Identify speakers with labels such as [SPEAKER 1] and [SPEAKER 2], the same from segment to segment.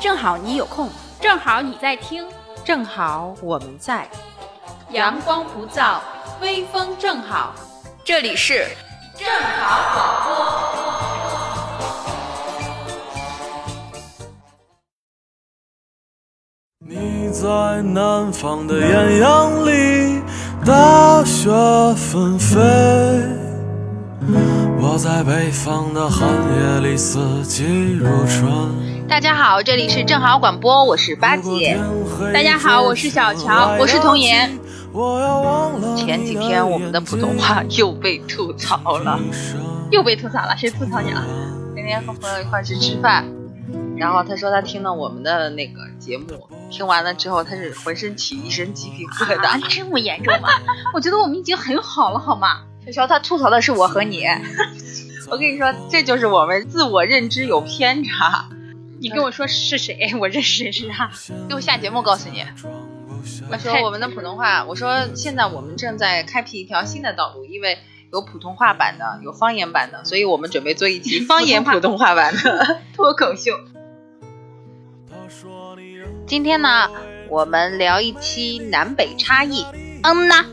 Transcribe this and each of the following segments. [SPEAKER 1] 正好你有空，
[SPEAKER 2] 正好你在听，
[SPEAKER 3] 正好我们在，
[SPEAKER 2] 阳光普照，微风正好，
[SPEAKER 1] 这里是
[SPEAKER 2] 正好广播。
[SPEAKER 4] 你在南方的艳阳里，大雪纷飞；我在北方的寒夜里，四季如春。
[SPEAKER 5] 大家好，这里是正好广播，我是八姐。
[SPEAKER 2] 大家好我是小乔
[SPEAKER 5] 我是童颜。
[SPEAKER 4] 前
[SPEAKER 5] 前
[SPEAKER 4] 几
[SPEAKER 5] 几
[SPEAKER 4] 天
[SPEAKER 5] 天
[SPEAKER 4] 我
[SPEAKER 5] 我
[SPEAKER 4] 们
[SPEAKER 5] 们
[SPEAKER 4] 的
[SPEAKER 5] 的
[SPEAKER 4] 普
[SPEAKER 5] 普
[SPEAKER 4] 通
[SPEAKER 5] 通
[SPEAKER 4] 话
[SPEAKER 5] 话
[SPEAKER 4] 又
[SPEAKER 5] 又被吐槽
[SPEAKER 4] 好了
[SPEAKER 5] 了，，又被吐槽了，谁吐槽 你了？ 那天和朋友一块儿去吃饭，然后他说他听了我们的那个节目，听完了之后他是浑身起一身鸡皮疙瘩。
[SPEAKER 2] 啊 这么严 重吗？我觉得我们已经很好了，好吗？
[SPEAKER 5] 小乔他吐槽的是我和你，我跟你说， 这就是我们 自我认知有偏差。
[SPEAKER 2] 你跟我说是 谁，我认识谁啊是他。
[SPEAKER 5] 给我下节目告诉你。 我说我们的普通话，我说现在我们正在开辟一条新的道路，因为有普通话版的，有方言版的，所以我们准备做一期方言普通话版的脱口秀。 今天呢，我们聊一期南北差异。
[SPEAKER 2] 嗯呐，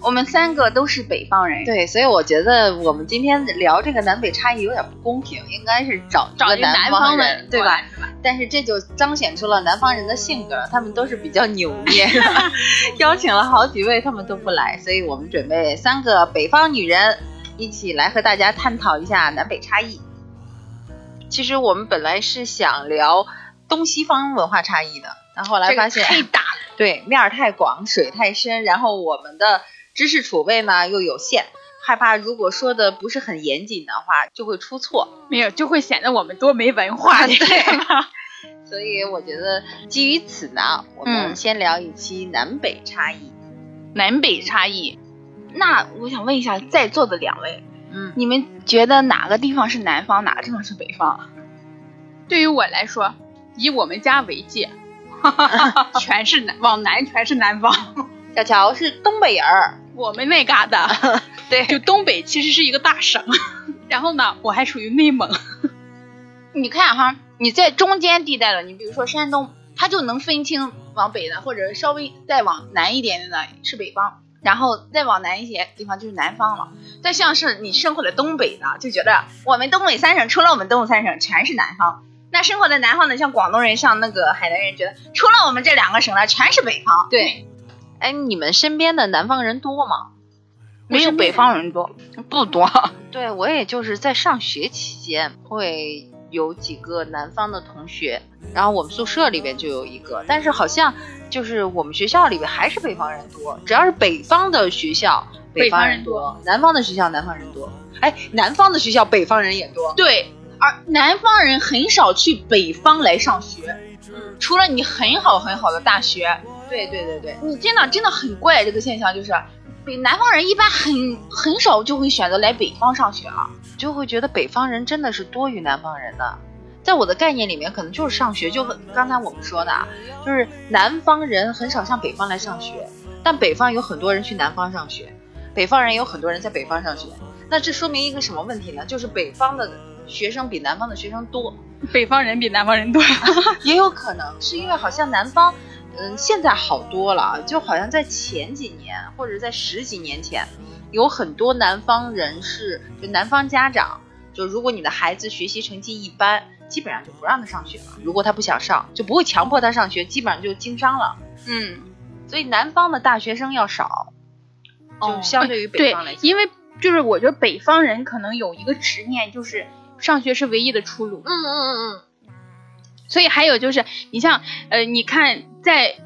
[SPEAKER 2] 我们三个都是北方人，
[SPEAKER 5] 对，所以我觉得我们今天聊这个南北差异有点不公平，应该是找一
[SPEAKER 2] 找
[SPEAKER 5] 个
[SPEAKER 2] 一个南
[SPEAKER 5] 方
[SPEAKER 2] 人，
[SPEAKER 5] 对吧？？
[SPEAKER 2] 是吧？
[SPEAKER 5] 但是这就彰显出了南方人的性格，他们都是比较扭捏。 邀请了好几位，他们都不来，所以我们准备三个北方女人一起来和大家探讨一下南北差异。其实我们本来是想聊东西方文化差异的，但后来
[SPEAKER 2] 这
[SPEAKER 5] 发
[SPEAKER 2] 个
[SPEAKER 5] 现、
[SPEAKER 2] 太大了，
[SPEAKER 5] 对面儿太广，水太深，然后我们的知识储备呢又有限，害怕如果说的不是很严谨的话，就会出错。
[SPEAKER 2] 没有就会显得我们多没文化，
[SPEAKER 5] 对
[SPEAKER 2] 吧？
[SPEAKER 5] 所以我觉得基于此呢，我们
[SPEAKER 2] 嗯
[SPEAKER 5] 先聊一期南北差异。
[SPEAKER 2] 南北差异。那我想问一下在座的两位，
[SPEAKER 5] 嗯，
[SPEAKER 2] 你们觉得哪个地方是南方，哪个地方是北方？啊对于我来说，以我们家为界， 全是南，往南全是南方。
[SPEAKER 5] 小乔是东北人儿，
[SPEAKER 2] 我们那嘎 达，
[SPEAKER 5] 对
[SPEAKER 2] 就东北其实是一个大省。 然后呢，我还属于内蒙。
[SPEAKER 6] 你看哈，你在中间地带了，你比如说山东，它就能分清往北的，或者稍微再往南一点的呢是北方，然后再往南一些地方就是南方了。但像是你生活在东北的，就觉得我们东北三省除了我们东北三省全是南方。那生活在南方的，像广东人、像那个海南人，觉得除了我们这两个省呢，全是北方。
[SPEAKER 5] 对。哎，你们身边的南方人多吗？
[SPEAKER 6] 没有北方人多，不多。
[SPEAKER 5] 对我也就是在上学期间会有几个南方的同学，然后我们宿舍里边就有一个，但是好像就是我们学校里边还是北方人多，只要是北方的学校，
[SPEAKER 2] 北
[SPEAKER 5] 方
[SPEAKER 2] 方
[SPEAKER 5] 人
[SPEAKER 2] 人
[SPEAKER 5] 多；南方的学校，南方人多。哎，南方的学校北方人也多。
[SPEAKER 6] 对，而南方人很少去北方来上学，
[SPEAKER 2] 嗯
[SPEAKER 6] 除了你很好很好的大学，
[SPEAKER 5] 对对对对。
[SPEAKER 6] 你真的真的很怪这个现象，就是北南方人一般很很少就会选择来北方上学了。
[SPEAKER 5] 就会觉得北方人真的是多于南方人的。在我的概念里面，可能就是上学，就刚才我们说的，啊，就是南方人很少向北方来上学，但北方有很多人去南方上学，北方人有很多人在北方上学。那这说明一个什么问题呢？就是北方的学生比南方的学生多，
[SPEAKER 2] 北方人比南方人多。
[SPEAKER 5] 也有可能是因为好像南方，嗯，现在好多了，就好像在前几年或者在十几年前，有很多南方人士，就南方家长，就如果你的孩子学习成绩一般，基本上就不让他上学了。如果他不想上，就不会强迫他上学，基本上就经商了。
[SPEAKER 2] 嗯，
[SPEAKER 5] 所以南方的大学生要少，就相对于北
[SPEAKER 2] 对
[SPEAKER 5] 方来，讲，
[SPEAKER 2] 因为就是我觉得北方人可能有一个执念，就是上学是唯一的出路。
[SPEAKER 5] 嗯嗯嗯
[SPEAKER 2] 所以还有就是，你像呃，你看在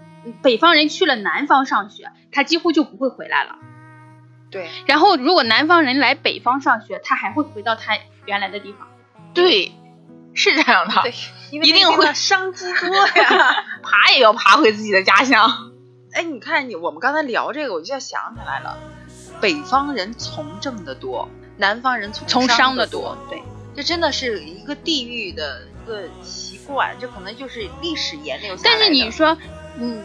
[SPEAKER 2] 北方人去了南方上学，他几乎就不会回来了。
[SPEAKER 5] 嗯，对，
[SPEAKER 2] 然后如果南方人来北方上学，他还会回到他原来的地方。
[SPEAKER 6] 对，是这样的，
[SPEAKER 5] 因
[SPEAKER 6] 一定会
[SPEAKER 5] 商机多呀。
[SPEAKER 6] 爬也要爬回自己的家乡。
[SPEAKER 5] 哎，你看你，我们刚才聊这个，我就要想起来了，北方人从政的多，南方人从
[SPEAKER 2] 从
[SPEAKER 5] 商
[SPEAKER 2] 商
[SPEAKER 5] 的
[SPEAKER 2] 的
[SPEAKER 5] 多
[SPEAKER 2] 多，
[SPEAKER 5] 对，这真的是一个地域的一个习惯，这可能就是历史遗留下来
[SPEAKER 2] 但
[SPEAKER 5] 的。
[SPEAKER 2] 是你说，嗯，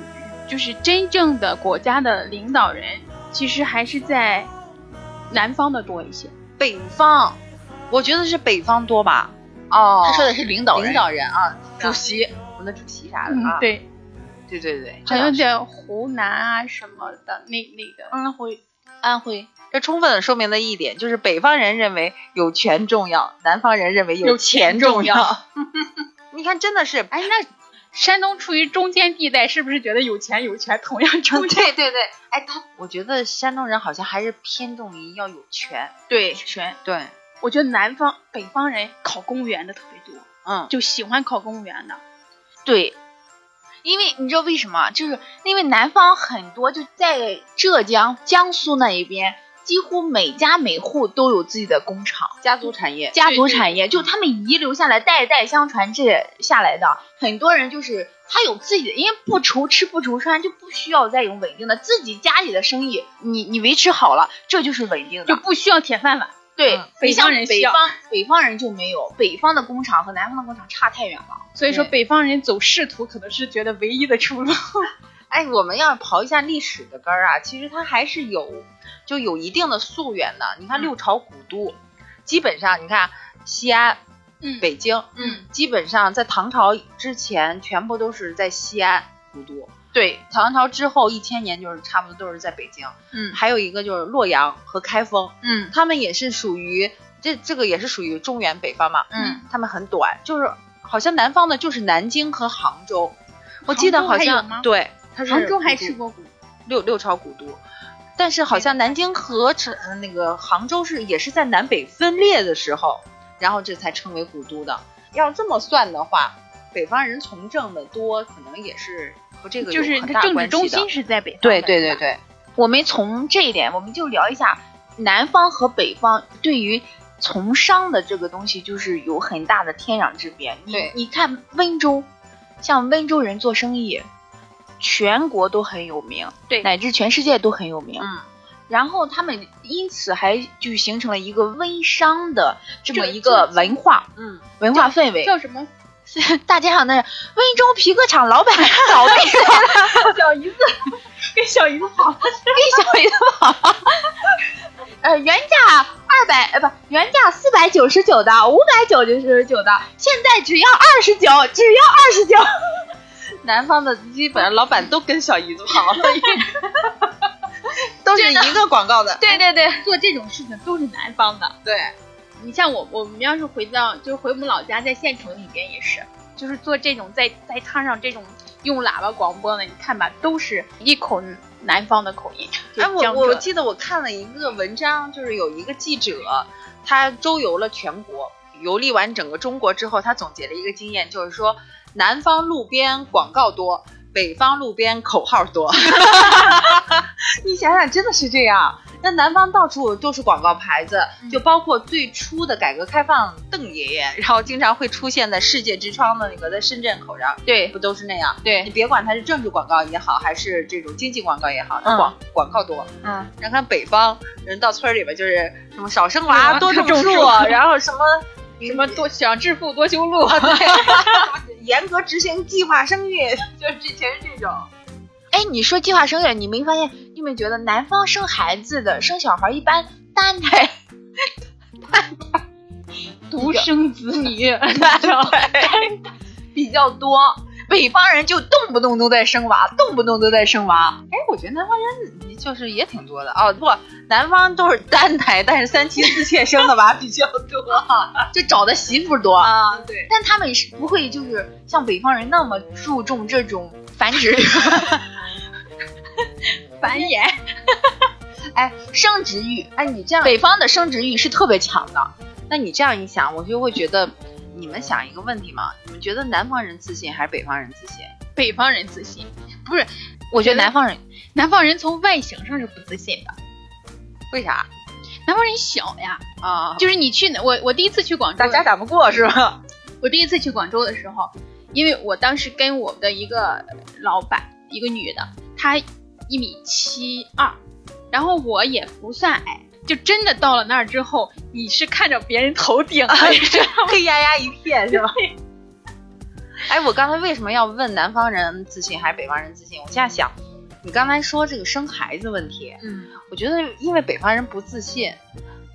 [SPEAKER 2] 就是真正的国家的领导人，其实还是在南方的多一些。
[SPEAKER 5] 北方，我觉得是北方多吧？
[SPEAKER 6] 哦
[SPEAKER 5] 他说
[SPEAKER 6] 他说
[SPEAKER 5] 的
[SPEAKER 6] 的是领导人，
[SPEAKER 5] 领导人啊，
[SPEAKER 6] 主席，
[SPEAKER 5] 们的主题啥的啊。
[SPEAKER 2] 嗯，对，
[SPEAKER 5] 对对对，
[SPEAKER 2] 还
[SPEAKER 5] 这倒
[SPEAKER 2] 有
[SPEAKER 5] 是
[SPEAKER 2] 点湖南啊什么的那那个安徽，
[SPEAKER 5] 安徽，这充分的说明了一点，就是北方人认为有权重要，南方人认为
[SPEAKER 2] 有
[SPEAKER 5] 钱
[SPEAKER 2] 钱
[SPEAKER 5] 重
[SPEAKER 2] 重要。
[SPEAKER 5] 你看，真的是，
[SPEAKER 2] 哎，那山东处于中间地带，是不是觉得有钱有权同样 重 要？
[SPEAKER 5] 对对对，哎，他我觉得山东人好像还是偏重于要有权，
[SPEAKER 2] 对，权。
[SPEAKER 5] 对，
[SPEAKER 2] 我觉得南方、北方人考公务员的特别多，
[SPEAKER 5] 嗯，
[SPEAKER 2] 就喜欢考公务员的。
[SPEAKER 6] 对，因为你知道为什么？就是因为南方很多就在浙江、江苏那一边，几乎每家每户都有自己的工厂。
[SPEAKER 5] 家族产业，
[SPEAKER 6] 家族产业，就他们遗留下来、代代相传这下来的，很多人就是他有自己的，因为不愁吃不愁穿，就不需要再有稳定的自己家里的生意，你你维持好了，这就是稳定
[SPEAKER 2] 就
[SPEAKER 6] 的。
[SPEAKER 2] 不需要铁饭碗。
[SPEAKER 6] 对，
[SPEAKER 5] 嗯
[SPEAKER 2] 北
[SPEAKER 6] 你像
[SPEAKER 2] 方人需
[SPEAKER 6] 北
[SPEAKER 2] 要
[SPEAKER 6] 方北方人就没有，北方的工厂和南方的工厂差太远了。
[SPEAKER 2] 所以说，
[SPEAKER 5] 对
[SPEAKER 2] 北方人走仕途可能是觉得唯一的出路。
[SPEAKER 5] 哎，我们要刨一下历史的根儿啊，其实它还是有，就有一定的溯源的。你
[SPEAKER 2] 嗯
[SPEAKER 5] 看六朝古都，基本上你看西安、
[SPEAKER 2] 嗯
[SPEAKER 5] 北京，
[SPEAKER 2] 嗯，
[SPEAKER 5] 基本上在唐朝之前全部都是在西安古都，
[SPEAKER 2] 对，
[SPEAKER 5] 唐朝之后一千年就是差不多都是在北京，
[SPEAKER 2] 嗯
[SPEAKER 5] 还有一个就是洛阳和开封，
[SPEAKER 2] 嗯
[SPEAKER 5] 他们也是属于这这个也是属于中原北方嘛，
[SPEAKER 2] 嗯，
[SPEAKER 5] 他们很短，就是好像南方的就是南京和杭州，我记得好
[SPEAKER 2] 杭州还有吗
[SPEAKER 5] 像对，它是
[SPEAKER 2] 杭州还
[SPEAKER 5] 古都
[SPEAKER 2] 吃过古，
[SPEAKER 5] 六六朝古都，但是好像南京和成呃那个杭州是也是在南北分裂的时候，然后这才称为古都的。要这么算的话，北方人从政的多，可能也是和这个有
[SPEAKER 2] 就是
[SPEAKER 5] 很
[SPEAKER 2] 它
[SPEAKER 5] 大
[SPEAKER 2] 政治
[SPEAKER 5] 关系
[SPEAKER 2] 中
[SPEAKER 5] 的
[SPEAKER 2] 心。是在北方的。
[SPEAKER 5] 对对
[SPEAKER 2] 是
[SPEAKER 5] 对
[SPEAKER 2] 吧，
[SPEAKER 5] 对，
[SPEAKER 6] 我们从这一点，我们就聊一下南方和北方对于从商的这个东西，就是有很大的天壤之别。你
[SPEAKER 5] 对
[SPEAKER 6] 你看温州，像温州人做生意，全国都很有名，
[SPEAKER 2] 对
[SPEAKER 6] 乃至全世界都很有名。
[SPEAKER 5] 嗯，
[SPEAKER 6] 然后他们因此还就形成了一个微商的这么
[SPEAKER 2] 这
[SPEAKER 6] 一个
[SPEAKER 2] 这
[SPEAKER 6] 文化
[SPEAKER 5] 嗯，
[SPEAKER 6] 文化氛围。
[SPEAKER 2] 叫什么？
[SPEAKER 6] 大街上那温州皮革厂老板倒闭 了，
[SPEAKER 2] 小姨子 跟小姨子跑。
[SPEAKER 6] 给小姨子宝，呃，原价二百，呃，不，原价四百九十九的，五百九十九的，现在只要二十九，只要二十九。
[SPEAKER 5] 南方的基本上老板都跟小姨子跑了， 都是一个广告的。
[SPEAKER 2] 对对对，做这种事情都是南方的。
[SPEAKER 5] 对，
[SPEAKER 2] 你像我，我们要是回到，就是回我们老家，在县城里边也是，就是做这种在在摊上这种用喇叭广播的，你看吧，都是一口南方的口音。就
[SPEAKER 5] 哎，
[SPEAKER 2] 是江
[SPEAKER 5] 我我
[SPEAKER 2] 浙
[SPEAKER 5] 记得我看了一个文章，就是有一个记者，他周游了全国，游历完整个中国之后，他总结了一个经验，就是说南方路边广告多，北方路边口号多。 你想想，真的是这样。那南方到处都是广告牌子，
[SPEAKER 2] 嗯
[SPEAKER 5] 就包括最初的改革开放邓爷爷，然后经常会出现在世界之窗的那个在深圳口上，
[SPEAKER 2] 对
[SPEAKER 5] 不都是那样？你
[SPEAKER 2] 对，
[SPEAKER 5] 别管它是政治广告也好，还是这种经济广告也好，它
[SPEAKER 2] 嗯
[SPEAKER 5] 广、广告多。
[SPEAKER 2] 嗯，
[SPEAKER 5] 然后看北方人到村儿里边就是什么少生
[SPEAKER 2] 对
[SPEAKER 5] 娃
[SPEAKER 2] 啊
[SPEAKER 5] 多种
[SPEAKER 2] 种
[SPEAKER 5] 树，
[SPEAKER 2] 树
[SPEAKER 5] 然后什么
[SPEAKER 2] 什么多想致富多修路， 啊
[SPEAKER 5] 严格执行计划生育， 就是这全是这种。
[SPEAKER 6] 哎，你说计划生育，你没发现？你有没有觉得南方生孩子的生小孩一般单胎？
[SPEAKER 2] 独生子 女，
[SPEAKER 6] 比较多，北方人就动不动都在生娃，动不动都在生娃。
[SPEAKER 5] 哎，我觉得南方人就是也挺多的哦，不，南方都是单胎，但是三妻四妾生的娃比 较多
[SPEAKER 6] 就找的媳妇多，
[SPEAKER 5] 啊。对，
[SPEAKER 6] 但他们是不会就是像北方人那么注重这种繁殖、
[SPEAKER 2] 繁衍。
[SPEAKER 6] 哎生殖欲。
[SPEAKER 5] 哎，你这样，
[SPEAKER 6] 北方的生殖欲是特别强的，
[SPEAKER 5] 那你这样一想，我就会觉得，你们想一个问题嘛，你们觉得南方人自信还是北方人自信？
[SPEAKER 2] 北方人自信，
[SPEAKER 6] 我觉得南方人
[SPEAKER 2] 南方人从外形上是不自信的。
[SPEAKER 5] 为啥
[SPEAKER 2] 南方人小呀，
[SPEAKER 5] 啊？
[SPEAKER 2] 就是你去哪，我我第一次去广州的
[SPEAKER 5] 大
[SPEAKER 2] 时候，
[SPEAKER 5] 家打不过是吧？
[SPEAKER 2] 我第一次去广州的时候，因为我当时跟我们的一个老板，一个女的，她一米七二，然后我也不算矮，就真的到了那儿之后，你是看着别人头顶的，你知道吗
[SPEAKER 5] 黑压压一片是吧？ 哎，我刚才为什么要问南方人自信还是北方人自信？我现在想，你刚才说这个生孩子问题，
[SPEAKER 2] 嗯，
[SPEAKER 5] 我觉得因为北方人不自信，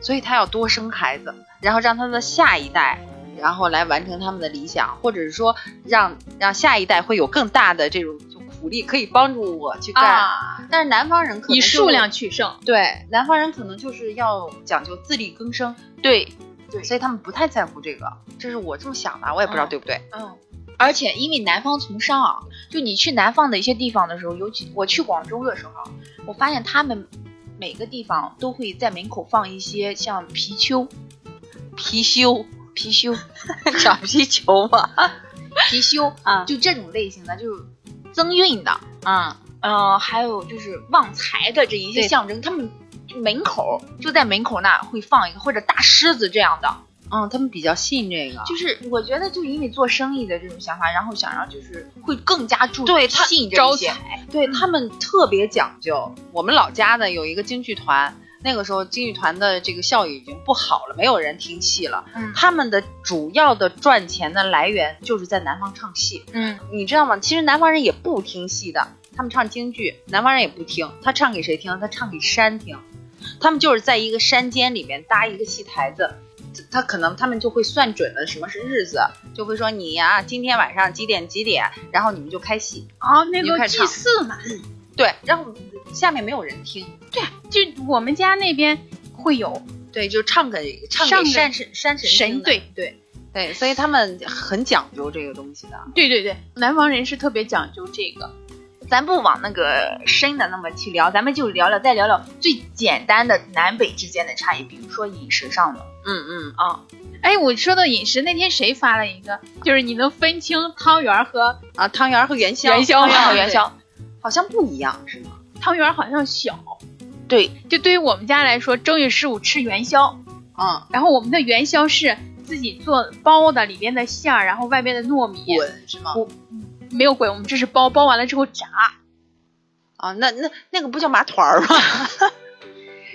[SPEAKER 5] 所以他要多生孩子，然后让他的下一代然后来完成他们的理想，或者是说让让下一代会有更大的这种就鼓励，可以帮助我去干。
[SPEAKER 2] 啊，
[SPEAKER 5] 但是南方人可能
[SPEAKER 2] 以
[SPEAKER 5] 就
[SPEAKER 2] 数量取胜。
[SPEAKER 5] 对南方人可能就是要讲究自力更生，
[SPEAKER 2] 对，
[SPEAKER 5] 对，所以他们不太在乎这个，这是我这么想的，我也不知道
[SPEAKER 2] 嗯
[SPEAKER 5] 对不对。
[SPEAKER 2] 嗯，
[SPEAKER 6] 而且因为南方从商啊，就你去南方的一些地方的时候，尤其我去广州的时候，我发现他们每个地方都会在门口放一些像貔貅、
[SPEAKER 5] 貔貅，
[SPEAKER 6] 貔貅、
[SPEAKER 5] 小皮球嘛，
[SPEAKER 6] 貔貅
[SPEAKER 1] 啊
[SPEAKER 6] 就这种类型的，就是增运的，
[SPEAKER 5] 嗯，
[SPEAKER 6] 呃，还有就是旺财的这一些
[SPEAKER 5] 对
[SPEAKER 6] 象征，他们门口就在门口那会放一个，或者大狮子这样的，
[SPEAKER 5] 嗯，他们比较信啊这个，
[SPEAKER 6] 就是我觉得就因为做生意的这种想法，然后想让就是会更加注
[SPEAKER 5] 对他
[SPEAKER 6] 吸引这
[SPEAKER 5] 招
[SPEAKER 6] 一些，嗯
[SPEAKER 5] 对他们特别讲究。我们老家呢有一个京剧团，那个时候京剧团的这个效益已经不好了，没有人听戏了。
[SPEAKER 6] 嗯
[SPEAKER 5] 他们的主要的赚钱的来源就是在南方唱戏，
[SPEAKER 6] 嗯，
[SPEAKER 5] 你知道吗？其实南方人也不听戏的，他们唱京剧，南方人也不听。他唱给谁听？他唱给山听。他们就是在一个山间里面搭一个戏台子，他可能他们就会算准了什么是日子，就会说你呀、今天晚上几点几点，然后你们就开戏。
[SPEAKER 2] 哦，那
[SPEAKER 5] 你快
[SPEAKER 2] 个
[SPEAKER 5] 唱
[SPEAKER 2] 祭祀嘛，
[SPEAKER 5] 对，然后下面没有人听，
[SPEAKER 2] 就我们家那边会有，
[SPEAKER 5] 对，就唱给唱
[SPEAKER 2] 上
[SPEAKER 5] 给
[SPEAKER 2] 给
[SPEAKER 5] 山神山神
[SPEAKER 2] 神
[SPEAKER 5] 听的
[SPEAKER 2] 对
[SPEAKER 5] 对对，所以他们很讲究这个东西的。
[SPEAKER 2] 对对对，南方人是特别讲究这个。
[SPEAKER 6] 咱不往那个深的那么去聊，咱们就聊聊再聊聊最简单的南北之间的差异，比如说饮食上的
[SPEAKER 5] 嗯嗯，
[SPEAKER 6] 啊，
[SPEAKER 2] 哎，我说到饮食，那天谁发了一个，就是你能分清汤圆儿和
[SPEAKER 5] 啊，汤圆儿和元宵，
[SPEAKER 2] 元宵
[SPEAKER 5] 汤圆儿
[SPEAKER 2] 啊
[SPEAKER 5] 和
[SPEAKER 2] 对
[SPEAKER 5] 元宵好像不一样是吗？
[SPEAKER 2] 汤圆儿好像小，
[SPEAKER 6] 对，
[SPEAKER 2] 就对于我们家来说，正月十五吃元宵，
[SPEAKER 5] 嗯，
[SPEAKER 2] 然后我们的元宵是自己做包的，里边的馅儿，然后外边的糯米，
[SPEAKER 5] 滚是吗？
[SPEAKER 2] 没有滚，我们这是包，包完了之后炸。
[SPEAKER 5] 啊，那那那个不叫麻团儿吗？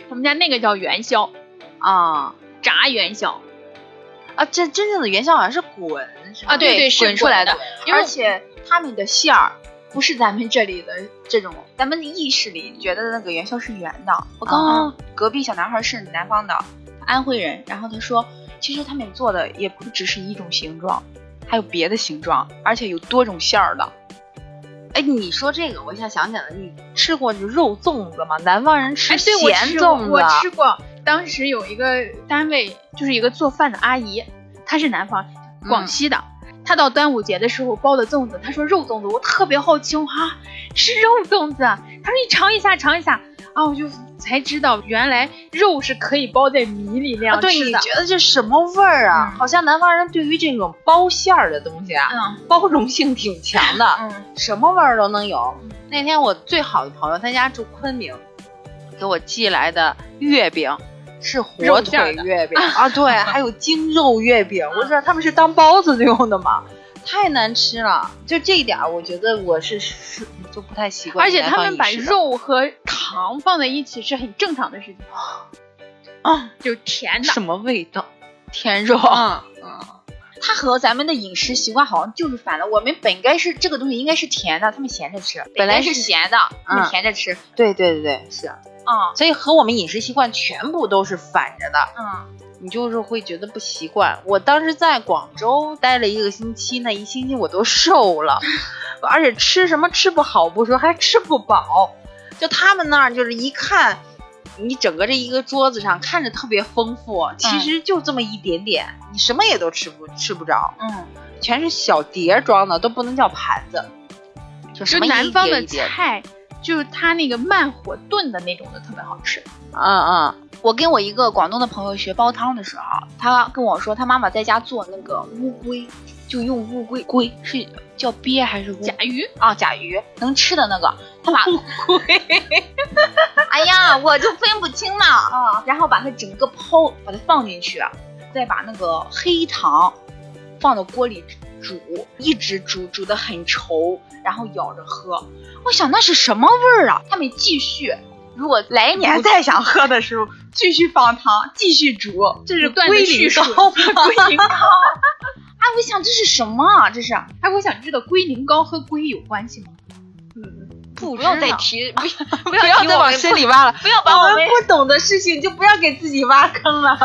[SPEAKER 2] 我们家那个叫元宵，
[SPEAKER 5] 啊
[SPEAKER 2] 炸元宵，
[SPEAKER 5] 啊，这真正的元宵好像是滚是吗
[SPEAKER 2] 啊对对是
[SPEAKER 6] 滚出来的，
[SPEAKER 2] 因为
[SPEAKER 6] 而且他们的馅儿不是咱们这里的这种，咱们意识里觉得那个元宵是圆的。我刚刚隔壁小男孩是南方的安徽人，然后他说，其实他们做的也不只是一种形状，还有别的形状，而且有多种馅儿的。
[SPEAKER 5] 哎，你说这个，我一下想起来了，你吃过肉粽子吗？南方人吃
[SPEAKER 2] 哎，对，
[SPEAKER 5] 咸
[SPEAKER 2] 我吃过，
[SPEAKER 5] 粽子，
[SPEAKER 2] 我吃过。当时有一个单位，就是一个做饭的阿姨，她是南方广西的，她到端午节的时候包的粽子，她说肉粽子，我特别好奇，我说啊，吃肉粽子啊，她说你尝一下，尝一下啊，我就才知道原来肉是可以包在米里那
[SPEAKER 5] 啊，
[SPEAKER 2] 样
[SPEAKER 5] 对，
[SPEAKER 2] 吃
[SPEAKER 5] 你
[SPEAKER 2] 的。
[SPEAKER 5] 觉得这什么味儿啊？
[SPEAKER 2] 嗯
[SPEAKER 5] 好像南方人对于这种包馅儿的东西啊，
[SPEAKER 2] 嗯
[SPEAKER 5] 包容性挺强的，
[SPEAKER 2] 嗯
[SPEAKER 5] 什么味儿都能有
[SPEAKER 2] 嗯。
[SPEAKER 5] 那天我最好的朋友，他家住昆明，给我寄来的月饼是火
[SPEAKER 2] 肉馅
[SPEAKER 5] 腿
[SPEAKER 2] 儿的嗯
[SPEAKER 5] 月饼 啊，对，还有京肉月饼，我知道他们是当包子用的嘛，太难吃了。就这一点儿，我觉得我是是就不太习惯
[SPEAKER 2] 而且
[SPEAKER 5] 南
[SPEAKER 2] 他
[SPEAKER 5] 方饮食
[SPEAKER 2] 们
[SPEAKER 5] 的。
[SPEAKER 2] 把肉和糖放在一起是很正常的事情，
[SPEAKER 5] 啊
[SPEAKER 2] 就是甜的
[SPEAKER 5] 什。么味道？
[SPEAKER 6] 甜肉，
[SPEAKER 5] 啊
[SPEAKER 6] 嗯它和咱们的饮食习惯好像就是反了。我们本该是这个东西应该是甜的，他们咸着吃，
[SPEAKER 5] 本来
[SPEAKER 6] 是
[SPEAKER 5] 是
[SPEAKER 6] 咸的，他
[SPEAKER 5] 嗯
[SPEAKER 6] 们甜着吃
[SPEAKER 5] 对对对对，是。
[SPEAKER 2] 嗯
[SPEAKER 6] 啊，
[SPEAKER 5] 所以和我们饮食习惯全部都是反着的。
[SPEAKER 6] 嗯。
[SPEAKER 5] 你就是会觉得不习惯。我当时在广州待了一个星期，那一星期我都瘦了，而且吃什么吃不好不说，还吃不饱。就他们那儿就是一看，你整个这一个桌子上看着特别丰富，
[SPEAKER 2] 嗯
[SPEAKER 5] 其实就这么一点点，你什么也都吃不吃不着，
[SPEAKER 6] 嗯
[SPEAKER 5] 全是小碟儿装的，都不能叫盘子。就
[SPEAKER 2] 就
[SPEAKER 5] 什么
[SPEAKER 2] 南
[SPEAKER 5] 一
[SPEAKER 2] 方
[SPEAKER 5] 碟
[SPEAKER 2] 的
[SPEAKER 5] 一碟，
[SPEAKER 2] 菜，就是它那个慢火炖的那种的特别好吃。
[SPEAKER 5] 嗯嗯，
[SPEAKER 6] 我跟我一个广东的朋友学煲汤的时候，他跟我说，他妈妈在家做那个乌龟，就用乌龟龟是叫鳖还
[SPEAKER 5] 嗯
[SPEAKER 6] 是乌
[SPEAKER 2] 甲鱼，
[SPEAKER 6] 啊甲鱼能吃的那个，他把乌龟， 哎呀，我就分不清了啊，然后把它整个抛，把它放进去，再把那个黑糖放到锅里煮，一直煮，煮得很稠，然后舀着喝。我想那是什么味儿啊？他们继续，如果来
[SPEAKER 2] 嗯
[SPEAKER 6] 年再想喝的时候，继续放糖，继续煮，这是
[SPEAKER 2] 不断地
[SPEAKER 6] 龟
[SPEAKER 2] 叙
[SPEAKER 6] 苓
[SPEAKER 2] 述
[SPEAKER 6] 膏吗？龟苓膏。哎，我想这是什么啊？这是
[SPEAKER 2] 哎，我想知道龟苓膏和龟有关系吗？
[SPEAKER 6] 不
[SPEAKER 2] 知道
[SPEAKER 6] 用再 提，不要
[SPEAKER 5] 不要再往深里挖了，
[SPEAKER 6] 不要把
[SPEAKER 5] 我
[SPEAKER 6] 我
[SPEAKER 5] 们
[SPEAKER 6] 们
[SPEAKER 5] 不懂的 事情就不要给自己挖坑了。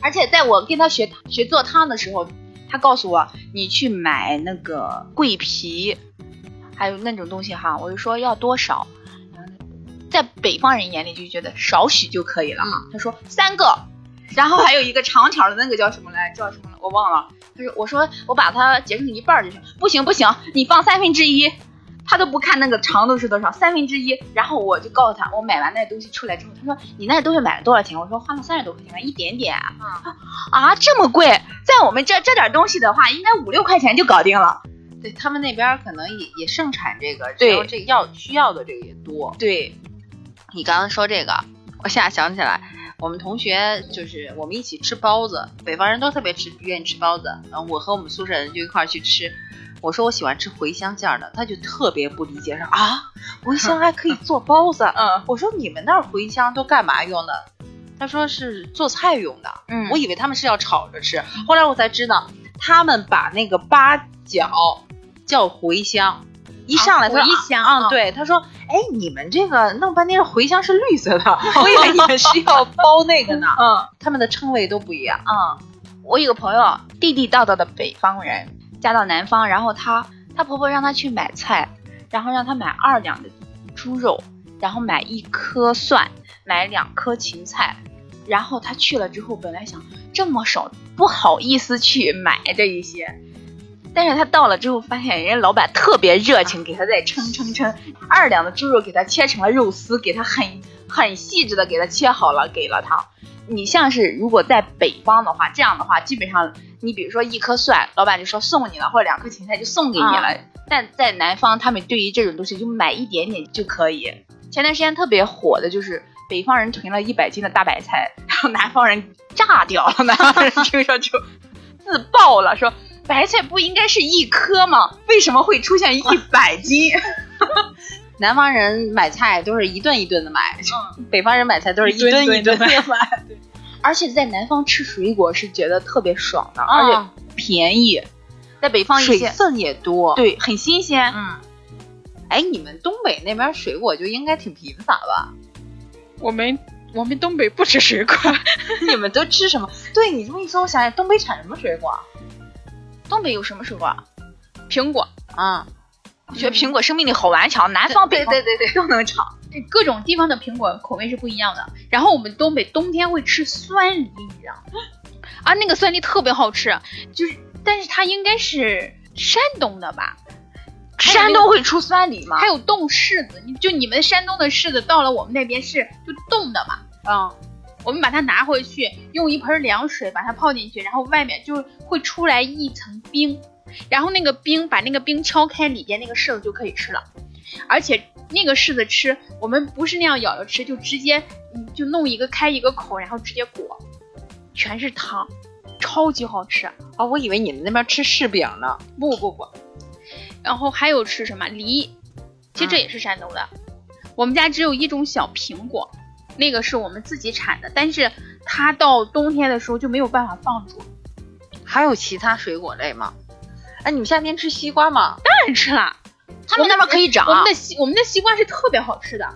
[SPEAKER 6] 而且在我跟他学学做汤的时候，他告诉我你去买那个桂皮，还有那种东西哈，我就说要多少，在北方人眼里就觉得少许就可以了。
[SPEAKER 5] 嗯
[SPEAKER 6] 他说三个，然后还有一个长条的那个叫什么来，叫什么了，我忘了。他说我说我把它截成一半儿就行，不行不行，你放三分之一。他都不看那个长度是多少，三分之一。然后我就告诉他，我买完那东西出来之后，他说你那东西买了多少钱？我说花了三十多块钱吧，一点点啊。
[SPEAKER 5] 嗯
[SPEAKER 6] 啊，这么贵，在我们这这点东西的话，应该五六块钱就搞定了。
[SPEAKER 5] 对他们那边儿可能也也盛产这个，
[SPEAKER 6] 对
[SPEAKER 5] 然后这个要需要的这个也多。
[SPEAKER 6] 对，
[SPEAKER 5] 你刚刚说这个，我现在想起来，我们同学就是我们一起吃包子，北方人都特别吃愿意吃包子，然后我和我们宿舍人就一块儿去吃。我说我喜欢吃茴香馅儿的，他就特别不理解，说啊，茴香还可以做包子？
[SPEAKER 6] 嗯
[SPEAKER 5] 我说你们那儿茴香都干嘛用的？他说是做菜用的。
[SPEAKER 6] 嗯
[SPEAKER 2] 啊
[SPEAKER 5] 我以为他们是要炒着吃，后来我才知道，他们把那个八角叫茴香。一上来他说
[SPEAKER 2] 茴香
[SPEAKER 5] 啊
[SPEAKER 6] 嗯
[SPEAKER 2] 啊
[SPEAKER 5] 啊，对，他说，哎，你们这个弄半天茴香是绿色的，我以为你 们是要包那个呢。
[SPEAKER 6] 嗯
[SPEAKER 5] 他们的称谓都不一样，
[SPEAKER 6] 嗯，我有个朋友，地地道道的北方人，嫁到南方，然后她她婆婆让她去买菜，然后让她买二两的猪肉，然后买一颗蒜，买两颗芹菜。然后她去了之后，本来想这么少，不好意思去买这一些。但是她到了之后，发现人家老板特别热情，给她再称称称，二两的猪肉给她切成了肉丝，给她很很细致的给她切好了，给了她。你像是如果在北方的话，这样的话，基本上你比如说一颗蒜，老板就说送你了，或者两颗芹菜就送给你了。但在南方，他们对于这种东西就买一点点就可以。前段时间特别火的就是北方人囤了一百斤的大白菜，然后南方人炸掉了，南方人听说就自爆了，说白菜不应该是一颗吗？为什么会出现一百 斤？
[SPEAKER 5] 南方人买菜都是一顿一顿的买，北方人买菜都嗯是一
[SPEAKER 6] 一
[SPEAKER 5] 顿
[SPEAKER 6] 吨
[SPEAKER 5] 一顿
[SPEAKER 6] 的买。 而且在南方吃水果是觉得特别爽的，而且
[SPEAKER 5] 啊，
[SPEAKER 6] 便宜，在北方一
[SPEAKER 5] 水
[SPEAKER 6] 些
[SPEAKER 5] 分也多。，
[SPEAKER 6] 对很新鲜。
[SPEAKER 5] 嗯，哎，你们东北那边水果就应该挺贫乏吧？
[SPEAKER 2] 我们我们东北不吃水果，
[SPEAKER 5] 你们都吃什么？对你这么一说，我想想，东北产什么水果啊？
[SPEAKER 6] 东北有什么水
[SPEAKER 2] 啊
[SPEAKER 6] 果？
[SPEAKER 2] 苹果
[SPEAKER 5] 啊，
[SPEAKER 6] 我觉得苹果生命力好顽强，南方、北方
[SPEAKER 5] 对对
[SPEAKER 6] 都能尝。
[SPEAKER 2] 各种地方的苹果口味是不一样的。然后我们东北冬天会吃酸梨，你知道吗？啊，那个酸梨特别好吃，就是，但是它应该是山东的吧？还有那个
[SPEAKER 6] 山东会出酸梨吗
[SPEAKER 2] 还？有冻柿子，你就你们山东的柿子到了我们那边是就冻的嘛，
[SPEAKER 5] 嗯，
[SPEAKER 2] 我们把它拿回去，用一盆凉水把它泡进去，然后外面就会出来一层冰，然后那个冰把那个冰敲开，里边那个柿子就可以吃了。而且那个柿子吃，我们不是那样咬着吃，就直接嗯就弄一个开一个口，然后直接裹，全是汤，超级好吃。
[SPEAKER 5] 啊，我以为你们那边吃柿饼呢。
[SPEAKER 2] 不不不，然后还有吃什么梨，其实这也是山东的。我们家只有一种小苹果，那个是我们自己产的，但是它到冬天的时候就没有办法放住，
[SPEAKER 5] 还有其他水果类吗？哎，你们夏天吃西瓜吗？
[SPEAKER 2] 当然吃了。
[SPEAKER 6] 他们那边可以长
[SPEAKER 2] 我们的西我们的西瓜是特别好吃的，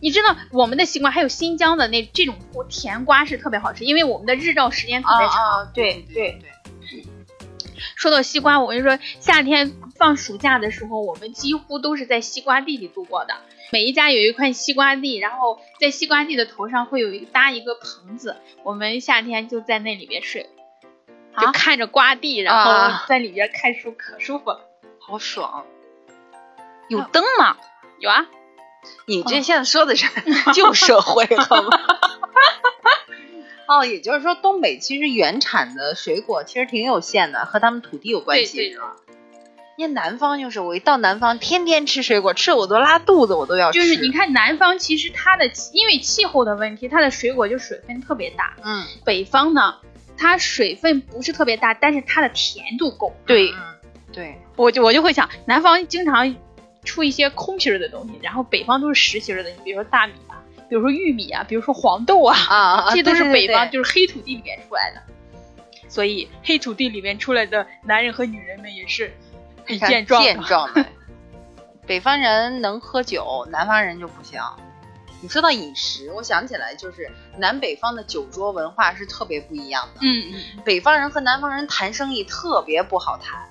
[SPEAKER 2] 你知道我们的西瓜还有新疆的那这种甜瓜是特别好吃，因为我们的日照时间特别长。
[SPEAKER 5] 啊，对对对，
[SPEAKER 2] 说到西瓜，我跟你说，夏天放暑假的时候，我们几乎都是在西瓜地里度过的。每一家有一块西瓜地，然后在西瓜地的头上会有一搭一个棚子，我们夏天就在那里边睡，
[SPEAKER 5] 啊
[SPEAKER 2] 就看着瓜地，然后
[SPEAKER 5] 啊
[SPEAKER 2] 在里边看书，可舒服了。啊
[SPEAKER 5] 好爽。
[SPEAKER 6] 有灯吗？
[SPEAKER 2] 有啊，
[SPEAKER 5] 你
[SPEAKER 6] 嗯
[SPEAKER 5] 这现在说的是 旧社会了吗？ 哦，也就是说，东北其实原产的水果其实挺有限的，和他们土地有关
[SPEAKER 2] 对对
[SPEAKER 5] 系，是吧？因为南方就是我一到南方，天天吃水果，吃我都拉肚子，我都要吃。
[SPEAKER 2] 就是你，看南方，其实它的因为气候的问题，它的水果就水分特别大。
[SPEAKER 5] 嗯，
[SPEAKER 2] 北方呢，它水分不是特别大，但是它的甜度够。
[SPEAKER 6] 对，
[SPEAKER 5] 嗯，对，
[SPEAKER 2] 我就我就会想，南方经常出一些空心儿的东西，然后北方都是实心儿的，你比如说大米啊，比如说玉米啊，比如说黄豆啊，
[SPEAKER 5] 啊，
[SPEAKER 2] 这些都是
[SPEAKER 5] 对
[SPEAKER 2] 北方
[SPEAKER 5] 对对
[SPEAKER 2] 就是黑土地里面出来的。所以黑土地里面出来的男人和女人们也是很
[SPEAKER 5] 你看
[SPEAKER 2] 健壮的。
[SPEAKER 5] 健壮的。北方人能喝酒，南方人就不行。你说到饮食，我想起来就是南北方的酒桌文化是特别不一样的。
[SPEAKER 2] 嗯嗯，
[SPEAKER 5] 北方人和南方人谈生意特别不好谈。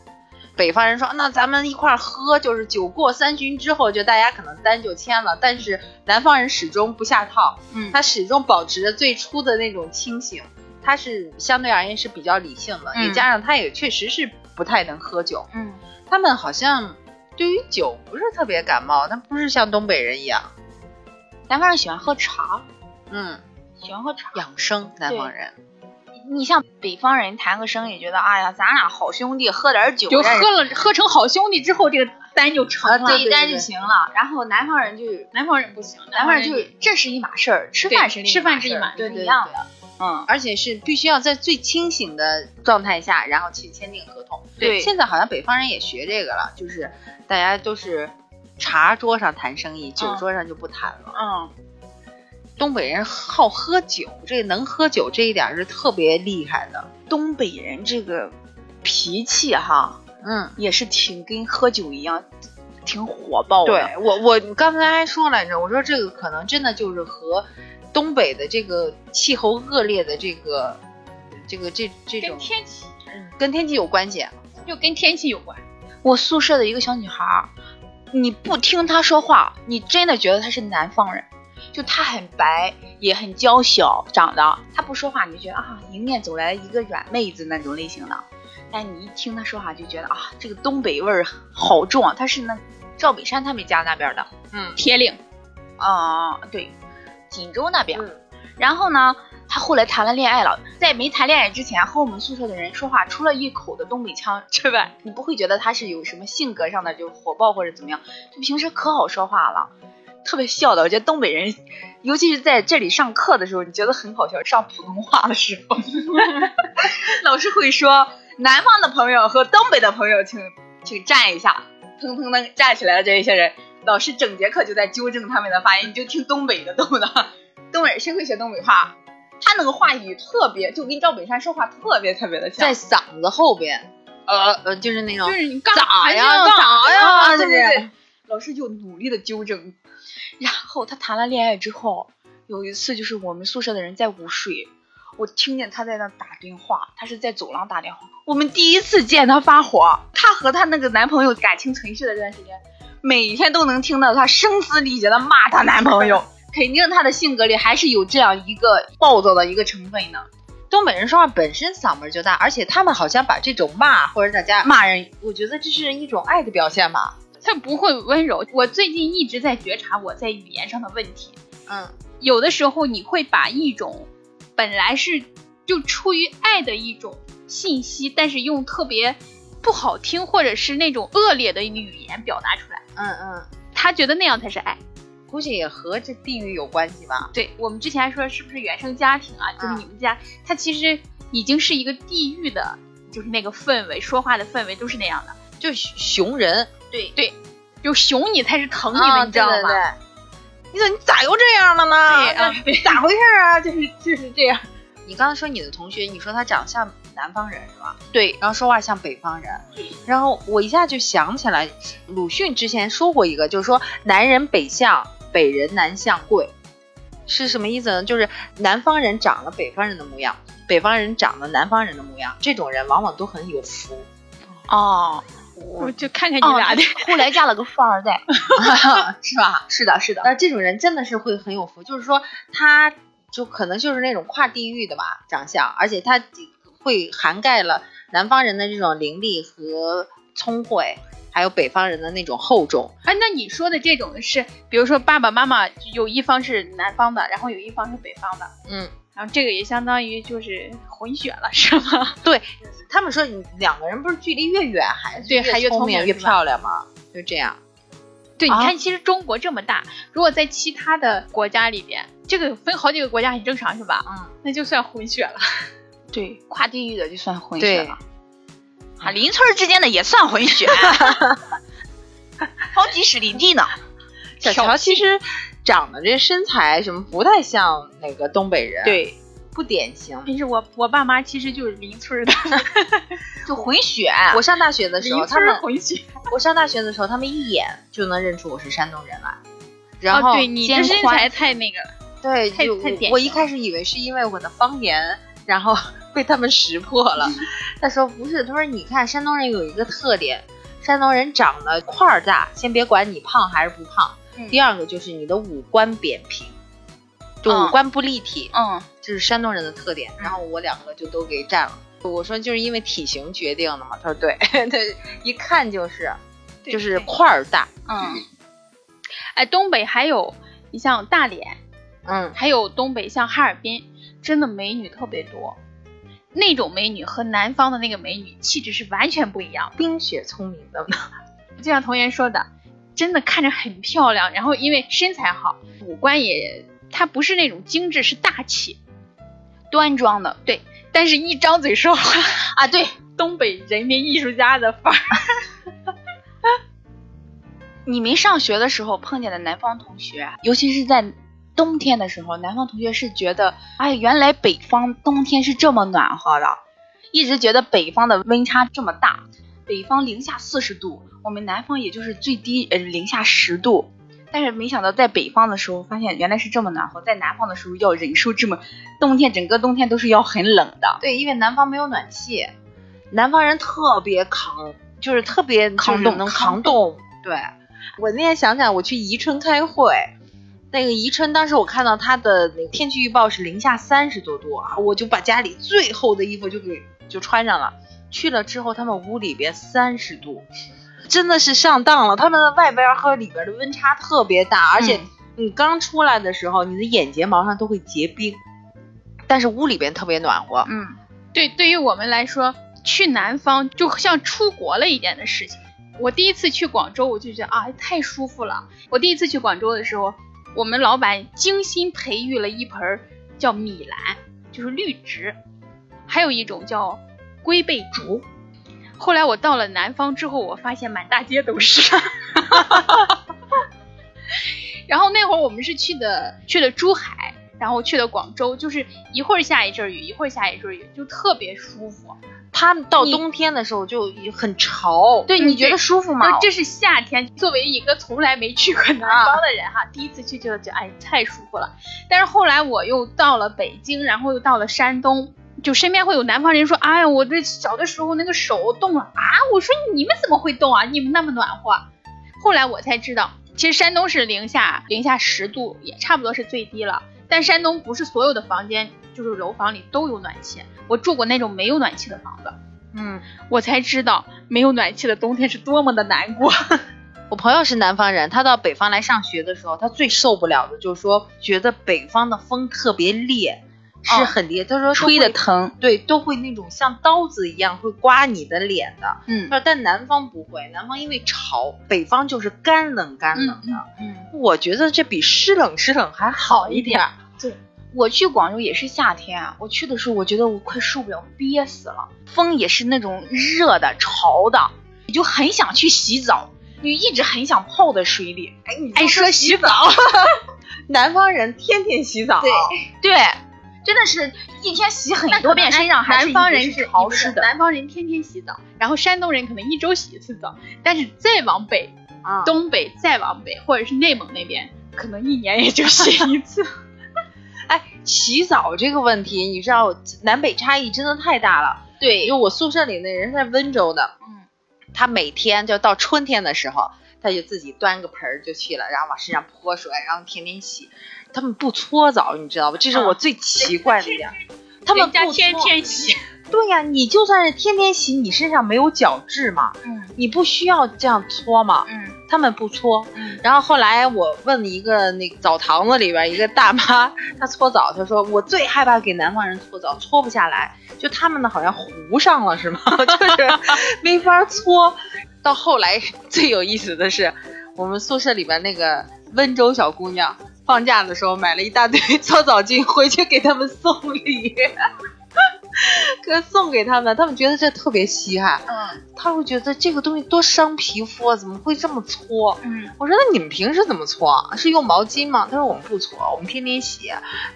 [SPEAKER 5] 北方人说，那咱们一块儿喝，就是酒过三巡之后，就大家可能单就签了。但是南方人始终不下套，
[SPEAKER 6] 嗯
[SPEAKER 5] 他始终保持着最初的那种清醒，他是相对而言是比较理性的，
[SPEAKER 6] 嗯
[SPEAKER 5] 也加上他也确实是不太能喝酒，
[SPEAKER 6] 嗯，
[SPEAKER 5] 他们好像对于酒不是特别感冒，他不是像东北人一样，
[SPEAKER 6] 南方人喜欢喝茶，
[SPEAKER 5] 嗯，
[SPEAKER 6] 喜欢喝茶。
[SPEAKER 5] 养生南方人，
[SPEAKER 6] 你像北方人谈个生意，觉得哎呀，咱俩好兄弟喝点酒，
[SPEAKER 2] 就
[SPEAKER 6] 让人
[SPEAKER 2] 喝了喝成好兄弟之后，这个单就成
[SPEAKER 5] 啊
[SPEAKER 2] 了。
[SPEAKER 5] 对
[SPEAKER 6] 这一单就行了。啊然后南方人就，
[SPEAKER 2] 南方人不行，
[SPEAKER 6] 南方人就这是一码事儿，吃饭是
[SPEAKER 2] 对
[SPEAKER 6] 另一
[SPEAKER 2] 吃饭
[SPEAKER 6] 码
[SPEAKER 2] 是
[SPEAKER 6] 事
[SPEAKER 2] 一
[SPEAKER 6] 儿
[SPEAKER 2] 码事
[SPEAKER 6] 对
[SPEAKER 2] 儿
[SPEAKER 6] 不一样的。嗯，
[SPEAKER 5] 而且是必须要在最清醒的状态下，然后去签订合同。
[SPEAKER 6] 对
[SPEAKER 5] 现在好像北方人也学这个了，就是大家都是茶桌上谈生意，酒桌上就不谈了。
[SPEAKER 6] 嗯，
[SPEAKER 5] 东北人好喝酒，这能喝酒这一点是特别厉害的。
[SPEAKER 6] 东北人这个脾气哈，
[SPEAKER 5] 嗯，
[SPEAKER 6] 也是挺跟喝酒一样，挺火爆的。
[SPEAKER 5] 对我我刚才还说来着，我说这个可能真的就是和东北的这个气候恶劣的这个这个这这
[SPEAKER 2] 跟
[SPEAKER 5] 种
[SPEAKER 2] 天气
[SPEAKER 5] 跟天气有关系。啊
[SPEAKER 2] 就跟天气有关。
[SPEAKER 6] 我宿舍的一个小女孩儿，你不听她说话，你真的觉得她是南方人。就她很白，也很娇小，长得她不说话，你就觉得啊，迎面走来一个软妹子那种类型的。但你一听她说话，就觉得啊，这个东北味儿好重啊。她是那赵本山他们家那边的，
[SPEAKER 5] 嗯
[SPEAKER 2] 铁岭，
[SPEAKER 6] 啊、对，锦州那边。然后呢，她后来谈了恋爱了，在没谈恋爱之前，和我们宿舍的人说话，除了一口的东北腔 之外，你不会觉得她是有什么性格上的就火爆或者怎么样，就平时可好说话了。特别笑的，我觉得东北人，尤其是在这里上课的时候，你觉得很好笑。上普通话的时候， 老师会说南方的朋友和东北的朋友请，请站一下，腾腾腾站起来的这一些人，老师整节课就在纠正他们的发音，你就听东北的，懂不懂？东北人真会学东北话，他那个话语特别，就跟赵本山说话特别特别的像
[SPEAKER 5] 在。嗓子后边，呃呃，就是那种
[SPEAKER 2] 就是你干
[SPEAKER 5] 咋
[SPEAKER 2] 嘛
[SPEAKER 5] 呀咋呀，
[SPEAKER 6] 啊对对
[SPEAKER 5] 就是
[SPEAKER 6] 对，老师就努力的纠正。然后他谈了恋爱之后，有一次就是我们宿舍的人在午睡，我听见他在那打电话，他是在走廊打电话。我们第一次见他发火，她和她那个男朋友感情存续的这段时间，每天都能听到她声嘶力竭的骂她男朋友， 肯定她的性格里还是有这样一个暴躁的一个成分呢。
[SPEAKER 5] 东北人说话本身嗓门就大，而且他们好像把这种骂或者大家，
[SPEAKER 6] 骂人
[SPEAKER 5] 我觉得这是一种爱的表现吧。
[SPEAKER 2] 他不会温柔。我最近一直在觉察我在语言上的问题，
[SPEAKER 5] 嗯，
[SPEAKER 2] 有的时候你会把一种本来是就出于爱的一种信息，但是用特别不好听或者是那种恶劣的语言表达出来，
[SPEAKER 5] 嗯嗯，
[SPEAKER 2] 他觉得那样才是爱。
[SPEAKER 5] 估计也和这地域有关系吧。
[SPEAKER 2] 对我们之前还说是不是原生家庭啊，就是
[SPEAKER 5] 嗯
[SPEAKER 2] 你们家，它其实已经是一个地域的，就是那个氛围，说话的氛围都是那样的。
[SPEAKER 5] 就熊人，
[SPEAKER 2] 对对，就熊你才是疼你的，
[SPEAKER 5] 啊，
[SPEAKER 2] 你知道吗？
[SPEAKER 5] 对对对你怎么你咋又这样了呢？
[SPEAKER 2] 对啊
[SPEAKER 5] 这咋回事啊？就是就是这样。你刚才说你的同学，你说他长相南方人是吧？
[SPEAKER 2] 对
[SPEAKER 5] 然后说话像北方人，然后我一下就想起来，鲁迅之前说过一个，就是说南人北向，北人南向贵，是什么意思呢？就是南方人长了北方人的模样，北方人长了南方人的模样，这种人往往都很有福。
[SPEAKER 6] 哦，
[SPEAKER 2] 我就看看你俩的，
[SPEAKER 6] 后来嫁了个富二代，
[SPEAKER 5] 是吧？
[SPEAKER 6] 是的，是的，
[SPEAKER 5] 那这种人真的是会很有福，就是说他就可能就是那种跨地域的吧，长相，而且他会涵盖了南方人的这种伶俐和聪慧，还有北方人的那种厚重。
[SPEAKER 2] 哎，那你说的这种是，比如说爸爸妈妈有一方是南方的，然后有一方是北方的，
[SPEAKER 5] 嗯，
[SPEAKER 2] 然后这个也相当于就是混血了，是吗？
[SPEAKER 5] 他们说你两个人不是距离越远还
[SPEAKER 2] 对还
[SPEAKER 5] 越
[SPEAKER 2] 越
[SPEAKER 5] 聪
[SPEAKER 2] 聪
[SPEAKER 5] 明
[SPEAKER 2] 明
[SPEAKER 5] 越
[SPEAKER 2] 是吧
[SPEAKER 5] 漂亮吗？就这样，
[SPEAKER 2] 对，你
[SPEAKER 5] 啊
[SPEAKER 2] 看，其实中国这么大，如果在其他的国家里边，这个分好几个国家很正常，是吧？
[SPEAKER 5] 嗯，
[SPEAKER 2] 那就算混血了。
[SPEAKER 6] 对，跨地域的就算混
[SPEAKER 5] 对
[SPEAKER 6] 血了，啊，邻村儿之间的也算混血，
[SPEAKER 2] 啊
[SPEAKER 6] 好几十里地呢。
[SPEAKER 5] 小
[SPEAKER 6] 挑
[SPEAKER 5] 乔其实长得这身材什么不太像那个东北人，，
[SPEAKER 6] 对，
[SPEAKER 5] 不典型。
[SPEAKER 2] 但是我我爸妈其实就是邻村儿的，
[SPEAKER 6] 就混血。
[SPEAKER 5] 我上大学的时候，
[SPEAKER 2] 邻
[SPEAKER 5] 他
[SPEAKER 2] 村儿
[SPEAKER 5] 们
[SPEAKER 2] 混血。
[SPEAKER 5] 我上大学的时候，他们一眼就能认出我是山东人来。然后
[SPEAKER 2] 哦，对你这
[SPEAKER 5] 肩
[SPEAKER 2] 身
[SPEAKER 5] 宽
[SPEAKER 2] 材太那个了，
[SPEAKER 5] 对，
[SPEAKER 2] 太
[SPEAKER 5] 就
[SPEAKER 2] 太典
[SPEAKER 5] 我
[SPEAKER 2] 型
[SPEAKER 5] 一开始以为是因为我的方言，然后 被他们识破 了。他说不是，他说你看山东人有一个特点，山东人长得块儿大，先别管你胖还是不胖。
[SPEAKER 6] 嗯
[SPEAKER 5] 第二个就是你的五官扁平，就五
[SPEAKER 6] 嗯
[SPEAKER 5] 官不立体，
[SPEAKER 6] 嗯，
[SPEAKER 5] 这是山东人的特点。然后我两个就都给占了。我说就是因为体型决定的嘛，他说对， 他一看就是，
[SPEAKER 2] 对
[SPEAKER 5] 就是
[SPEAKER 2] 对
[SPEAKER 5] 块儿大，
[SPEAKER 6] 嗯，
[SPEAKER 2] 哎，东北还有你像大连，
[SPEAKER 5] 嗯，
[SPEAKER 2] 还有东北像哈尔滨，真的美女特别多。那种美女和南方的那个美女气质是完全不一样的。
[SPEAKER 5] 冰雪聪明的，
[SPEAKER 2] 就像童言说的，真的看着很漂亮，然后因为身材好，五官也，她不是那种精致，是大气，
[SPEAKER 6] 端庄的，
[SPEAKER 2] 对。但是，一张嘴说话啊，对，东北人民艺术家的范儿。
[SPEAKER 6] 你没上学的时候碰见的南方同学，啊尤其是在冬天的时候，南方同学是觉得，哎，原来北方冬天是这么暖和的，一直觉得北方的温差这么大，北方零下四十度，我们南方也就是最低呃零下十度。但是没想到在北方的时候，发现原来是这么暖和，在南方的时候要忍受这么，冬天整个冬天都是要很冷的。
[SPEAKER 5] 对，因为南方没有暖气，南方人特别扛，就是特别就是
[SPEAKER 6] 扛冻
[SPEAKER 5] 能扛冻。对，我那天想起来，我去宜春开会，那个宜春当时我看到它的那个天气预报是零下三十多度啊，我就把家里最厚的衣服就给就穿上了。去了之后，他们屋里边三十度，真的是上当了。他们的外边和里边的温差特别大，而且
[SPEAKER 6] 嗯
[SPEAKER 5] 你刚出来的时候，你的眼睫毛上都会结冰，但是屋里边特别暖和。
[SPEAKER 6] 嗯，
[SPEAKER 2] 对，对于我们来说，去南方就像出国了一样的事情。我第一次去广州，我就觉得啊，太舒服了。我第一次去广州的时候，我们老板精心培育了一盆儿叫米兰，就是绿植，还有一种叫龟背竹。后来我到了南方之后，我发现满大街都是。 然后那会儿我们是去的去的珠海，然后去的广州，就是一会儿下一阵雨，一会儿下一阵雨，就特别舒服。
[SPEAKER 5] 他们到
[SPEAKER 2] 你
[SPEAKER 5] 冬天的时候就已经很潮，
[SPEAKER 6] 哦对，
[SPEAKER 2] 嗯
[SPEAKER 6] 你觉
[SPEAKER 2] 对
[SPEAKER 6] 得舒服
[SPEAKER 2] 就
[SPEAKER 6] 吗？
[SPEAKER 2] 这是夏天，作为一个从来没去过南方的人哈，第一次去就觉得哎太舒服了。但是后来我又到了北京，然后又到了山东，就身边会有南方人说，哎呀，我这小的时候那个手冻了啊！我说你们怎么会冻啊？你们那么暖和。啊后来我才知道，其实山东是零下零下十度，也差不多是最低了。但山东不是所有的房间，就是楼房里都有暖气。我住过那种没有暖气的房子，
[SPEAKER 5] 嗯，
[SPEAKER 2] 我才知道没有暖气的冬天是多么的难过。
[SPEAKER 5] 我朋友是南方人，他到北方来上学的时候，他最受不了的就是说，觉得北方的风特别烈，是很烈。他说都
[SPEAKER 6] 哦
[SPEAKER 5] 会
[SPEAKER 6] 吹的疼，
[SPEAKER 5] 对，都会那种像刀子一样会刮你的脸的。
[SPEAKER 6] 嗯
[SPEAKER 5] 他说，但南方不会，南方因为潮，北方就是干冷干冷的。
[SPEAKER 6] 嗯。
[SPEAKER 5] 我觉得这比湿冷湿冷还好一点儿。
[SPEAKER 6] 我去广州也是夏天啊，我去的时候我觉得我快受不了，憋死了。风也是那种热的、潮的，你就很想去洗澡，你一直很想泡在水里。
[SPEAKER 5] 哎，你
[SPEAKER 6] 爱说洗澡，
[SPEAKER 5] 南方人天天洗澡，
[SPEAKER 6] 对 对，真的是一天洗很
[SPEAKER 2] 那
[SPEAKER 6] 多
[SPEAKER 2] 可
[SPEAKER 6] 遍，
[SPEAKER 2] 能
[SPEAKER 6] 身上还
[SPEAKER 2] 南方人
[SPEAKER 6] 是
[SPEAKER 2] 是
[SPEAKER 6] 潮湿的。
[SPEAKER 2] 南方人天天洗澡，然后山东人可能一周洗一次澡，但是再往北，
[SPEAKER 5] 啊，
[SPEAKER 2] 东北再往北，或者是内蒙那边，可能一年也就洗一 次。
[SPEAKER 5] 哎，洗澡这个问题，你知道南北差异真的太大了。因
[SPEAKER 2] 对，
[SPEAKER 5] 为我宿舍里那人是在温州的，
[SPEAKER 6] 嗯，
[SPEAKER 5] 他每天就到春天的时候，他就自己端个盆儿就去了，然后往身上泼水，然后天天洗。他们不搓澡，你知道吧？这是我最奇怪的一点。他们
[SPEAKER 2] 啊人家
[SPEAKER 5] 不搓
[SPEAKER 2] 天天洗，
[SPEAKER 5] 对呀、你就算是天天洗，你身上没有角质嘛，
[SPEAKER 6] 嗯
[SPEAKER 5] 你不需要这样搓嘛。
[SPEAKER 6] 嗯
[SPEAKER 5] 他们不搓。
[SPEAKER 6] 嗯
[SPEAKER 5] 然后后来我问了一个那个澡堂子里边一个大妈，她搓澡，她说我最害怕给南方人搓澡，搓不下来，就他们呢好像糊上了是吗？ 就是没法搓。到后来最有意思的是，我们宿舍里边那个温州小姑娘。放假的时候买了一大堆 搓澡巾回去给他们送礼，可送给他们，他们觉得这特别稀罕，
[SPEAKER 6] 嗯
[SPEAKER 5] 他会觉得这个东西多伤皮肤啊，怎么会这么搓？
[SPEAKER 6] 嗯，
[SPEAKER 5] 我说那你们平时怎么搓啊？是用毛巾吗？他说我们不搓，我们天天洗。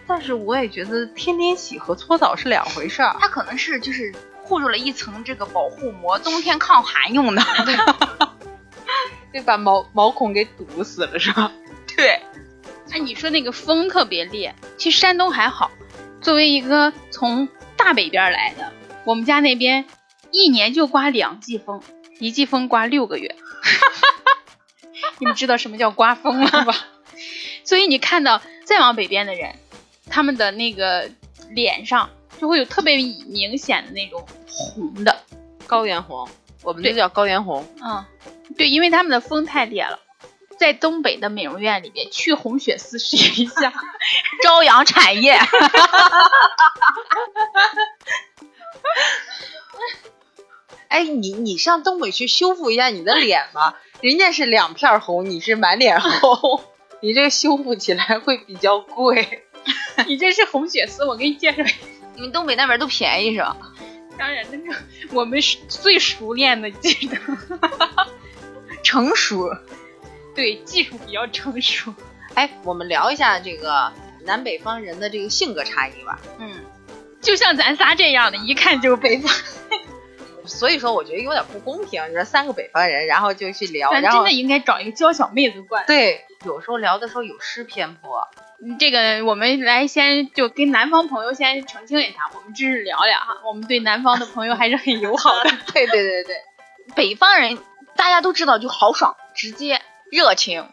[SPEAKER 5] 但是我也觉得天天洗和搓澡是两回事儿。
[SPEAKER 6] 它可能是就是护住了一层这个保护膜，冬天抗寒用的。
[SPEAKER 5] 对，把毛毛孔给堵死了是吧？
[SPEAKER 6] 对，
[SPEAKER 2] 哎，你说那个风特别烈，其实山东还好。作为一个从大北边来的，我们家那边一年就刮两季风，一季风刮六个月。 你们知道什么叫刮风了吧？ 所以你看到再往北边的人，他们的那个脸上就会有特别明显的那种红的。
[SPEAKER 5] 高原红，我们
[SPEAKER 2] 对
[SPEAKER 5] 就叫高原红。
[SPEAKER 2] 嗯，对，因为他们的风太烈了。在东北的美容院里面去红血丝是一项朝阳产业，
[SPEAKER 5] 哎，你你上东北去修复一下你的脸吧，人家是两片红，你是满脸红，你这个修复起来会比较贵。
[SPEAKER 2] 你这是红血丝，我给你介绍一下。
[SPEAKER 6] 你们东北那边都便宜是吧？
[SPEAKER 2] 当然，那个我们是最熟练的技能，
[SPEAKER 5] 成熟。
[SPEAKER 2] 对技术比较成熟。
[SPEAKER 5] 哎，我们聊一下这个南北方人的这个性格差异吧。
[SPEAKER 6] 嗯，
[SPEAKER 2] 就像咱仨这样的，一看就是北方。
[SPEAKER 5] 所以说，我觉得有点不公平。你说三个北方人，然后就去聊，
[SPEAKER 2] 咱
[SPEAKER 5] 然
[SPEAKER 2] 真
[SPEAKER 5] 后
[SPEAKER 2] 的应该找一个娇小妹子过来。
[SPEAKER 5] 对，有时候聊的时候有失偏 颇。
[SPEAKER 2] 嗯这个我们来先就跟南方朋友先澄清一下，我们只是聊聊哈，我们对南方的朋友还是很友好的。
[SPEAKER 5] 对对对对，
[SPEAKER 6] 北方人大家都知道就豪爽、直接、热情，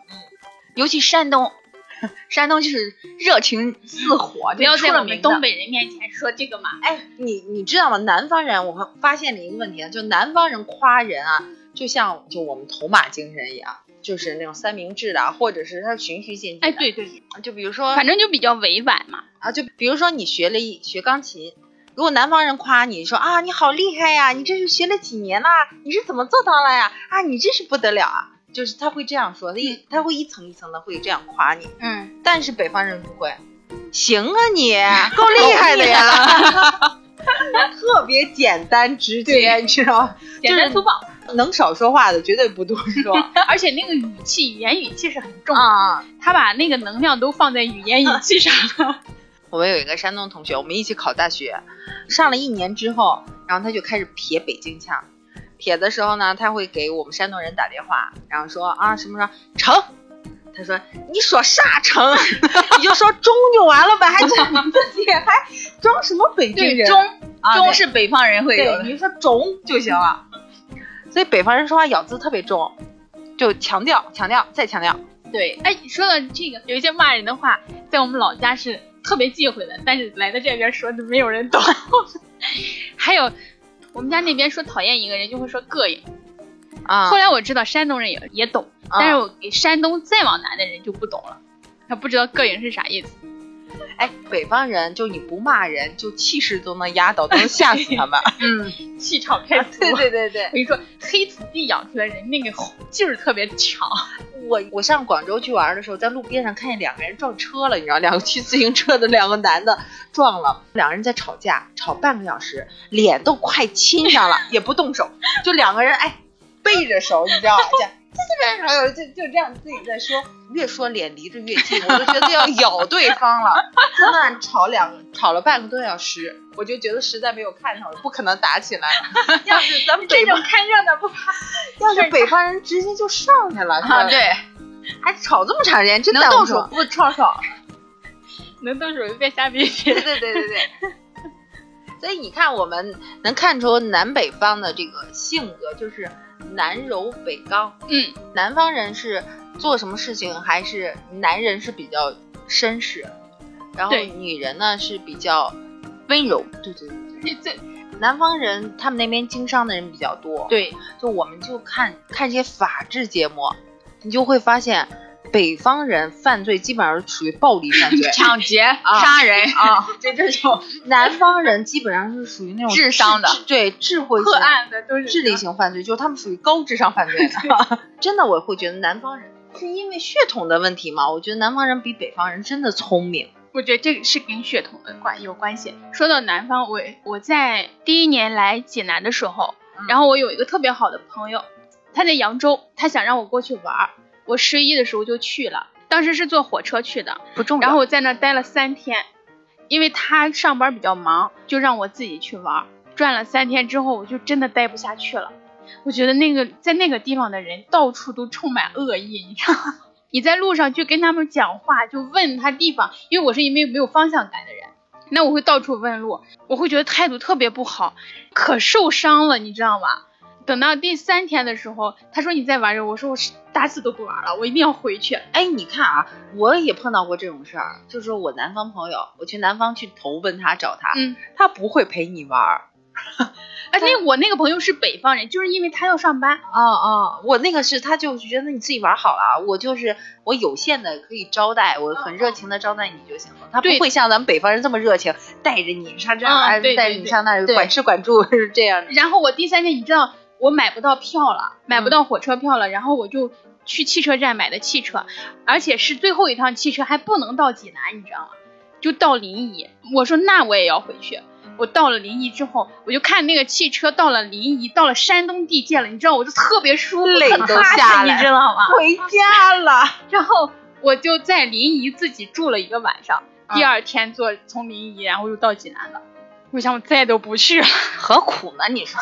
[SPEAKER 6] 尤其山东， 山东就是热情似火，
[SPEAKER 2] 不要
[SPEAKER 6] 这
[SPEAKER 2] 在
[SPEAKER 6] 出了
[SPEAKER 2] 我
[SPEAKER 6] 名
[SPEAKER 2] 们
[SPEAKER 6] 的
[SPEAKER 2] 东北人面前说这个嘛。
[SPEAKER 5] 哎，你你知道吗？南方人，我们发现了一个问题，就南方人夸人啊，就像就我们头马精神一样，就是那种三明治的啊，或者是他循序渐进。啊
[SPEAKER 2] 哎，，对对对，
[SPEAKER 5] 就比如说
[SPEAKER 2] 反正就比较委婉嘛。
[SPEAKER 5] 啊，就比如说你学了一学钢琴，如果南方人夸你说啊，你好厉害呀，你这是学了几年啦？你是怎么做到了呀？啊，你真是不得了啊！就是他会这样说，他一他会一层一层的会这样夸你，
[SPEAKER 6] 嗯，
[SPEAKER 5] 但是北方人不会。行啊 你，够厉害的呀！ 特别简单直接，你知道吗？
[SPEAKER 2] 简单粗暴，
[SPEAKER 5] 能少说话的绝对不多说
[SPEAKER 2] 而且那个语气，语言语气是很重的，
[SPEAKER 5] 啊。
[SPEAKER 2] 他把那个能量都放在语言语气上了。
[SPEAKER 5] 我们有一个山东同学，我们一起考大学，上了一年之后，然后他就开始撇北京腔。撇的时候呢，他会给我们山东人打电话，然后说啊什么什么成，他说你说啥成， 你就说中就完了呗，还讲你自己还装什么北京
[SPEAKER 6] 对，
[SPEAKER 5] 人？
[SPEAKER 6] 中
[SPEAKER 5] 啊
[SPEAKER 6] 中
[SPEAKER 5] 对
[SPEAKER 6] 是北方人会有
[SPEAKER 5] 对，
[SPEAKER 6] 的，
[SPEAKER 5] 你就说中就行了。所以北方人说话咬字特别重，就强调强调再强调。
[SPEAKER 6] 对，
[SPEAKER 2] 哎，说到这个，有一些骂人的话，在我们老家是特别忌讳的，但是来到这边说的没有人懂。 还有，我们家那边说讨厌一个人就会说膈应，
[SPEAKER 5] 啊
[SPEAKER 2] 后来我知道山东人也也懂，
[SPEAKER 5] 啊
[SPEAKER 2] 但是我给山东再往南的人就不懂了，他不知道膈应是啥意思。
[SPEAKER 5] 哎，北方人就你不骂人，就气势都能压倒，都能吓死他们。
[SPEAKER 6] 嗯，
[SPEAKER 2] 气场太 足，
[SPEAKER 5] 对对对对
[SPEAKER 2] 我，跟你说，黑土地养出来人那个劲儿特别强。
[SPEAKER 5] 我我上广州去玩的时候，在路边上看见两个人撞车了，你知道，两个骑自行车的两个男的撞了，两个人在吵架，吵半个小时，脸都快亲上了，也不动手，就两个人哎背着手，你知道，这样。这还有就就这样自己在说，越说脸离着越近，我就觉得要咬对方了。在那吵两吵了半个多小时，我就觉得实在没有看头了，不可能打起来了。要是咱们北方
[SPEAKER 2] 看热闹不
[SPEAKER 5] 要是北方人直接就上去了，是吧
[SPEAKER 6] 啊对，
[SPEAKER 5] 还吵这么长时间，真
[SPEAKER 6] 能
[SPEAKER 5] 耽误
[SPEAKER 6] 动
[SPEAKER 5] 事
[SPEAKER 6] 手
[SPEAKER 5] 儿
[SPEAKER 6] 不吵吵，
[SPEAKER 2] 能动手就别瞎逼逼
[SPEAKER 5] 对。对对对对。所以你看，我们能看出南北方的这个性格，就是南柔北刚。
[SPEAKER 2] 嗯，
[SPEAKER 5] 南方人是做什么事情还是男人是比较绅士，然后
[SPEAKER 2] 对
[SPEAKER 5] 女人呢是比较
[SPEAKER 6] 温柔，
[SPEAKER 5] 对对对。
[SPEAKER 2] 这这
[SPEAKER 5] 南方人他们那边经商的人比较 多，
[SPEAKER 2] 对，
[SPEAKER 5] 就我们就看看一些法制节目，你就会发现北方人犯罪基本上属于暴力犯罪
[SPEAKER 6] 抢劫、
[SPEAKER 5] 啊
[SPEAKER 6] 杀人、
[SPEAKER 5] 啊，
[SPEAKER 6] 就这种
[SPEAKER 5] 南方人基本上是属于那种
[SPEAKER 6] 智商的
[SPEAKER 5] 智对智慧
[SPEAKER 2] 破
[SPEAKER 5] 型、
[SPEAKER 2] 案的都是
[SPEAKER 5] 智力型犯罪，就是他们属于高智商犯罪 的。真的，我会觉得南方人是因为血统的问题嘛？我觉得南方人比北方人真的聪明。
[SPEAKER 2] 我觉得这个是跟血统的关有关系。说到南方，我我在第一年来济南的时候，
[SPEAKER 5] 嗯
[SPEAKER 2] 然后我有一个特别好的朋友，他在扬州，他想让我过去玩儿。我十一的时候就去了，当时是坐火车去的，
[SPEAKER 5] 不重要。
[SPEAKER 2] 然后我在那儿待了三天，因为他上班比较忙，就让我自己去玩儿。转了三天之后，我就真的待不下去了。我觉得那个在那个地方的人到处都充满恶意，你知道吗？你在路上去跟他们讲话，就问他地方，因为我是一名没有方向感的人，那我会到处问路，我会觉得态度特别不好，可受伤了，你知道吗？等到第三天的时候，他说你再玩这个，我说我是打死都不玩了，我一定要回去。
[SPEAKER 5] 哎，你看啊，我也碰到过这种事儿，就是我南方朋友，我去南方去投奔他找他，
[SPEAKER 2] 嗯，
[SPEAKER 5] 他不会陪你玩儿。
[SPEAKER 2] 而且我那个朋友是北方人，就是因为他要上班，
[SPEAKER 5] 啊啊，我那个是他就觉得你自己玩好了，啊我就是我有限的可以招待，我很热情的招待你就行了。他不
[SPEAKER 2] 对
[SPEAKER 5] 会像咱们北方人这么热情，带着你上这儿，
[SPEAKER 2] 嗯
[SPEAKER 5] 哎
[SPEAKER 2] 对对
[SPEAKER 5] 带着你上那儿，
[SPEAKER 2] 对
[SPEAKER 5] 管吃管住 是这样的。
[SPEAKER 2] 然后我第三天，你知道我买不到票了，
[SPEAKER 5] 嗯
[SPEAKER 2] 买不到火车票了，然后我就去汽车站买的汽车，而且是最后一趟汽车，还不能到济南，你知道吗？就到临沂。我说那我也要回去。我到了临沂之后，我就看那个汽车到了临沂，到了山东地界了，你知道，我就特别舒服，
[SPEAKER 5] 泪
[SPEAKER 2] 很
[SPEAKER 5] 都
[SPEAKER 2] 踏实
[SPEAKER 5] 下来
[SPEAKER 2] 你知道吗？
[SPEAKER 5] 回家了，
[SPEAKER 2] 然后我就在临沂自己住了一个晚上，
[SPEAKER 5] 啊
[SPEAKER 2] 第二天坐从临沂，然后又到济南了。我想我再都不去了。
[SPEAKER 5] 何苦呢？你说，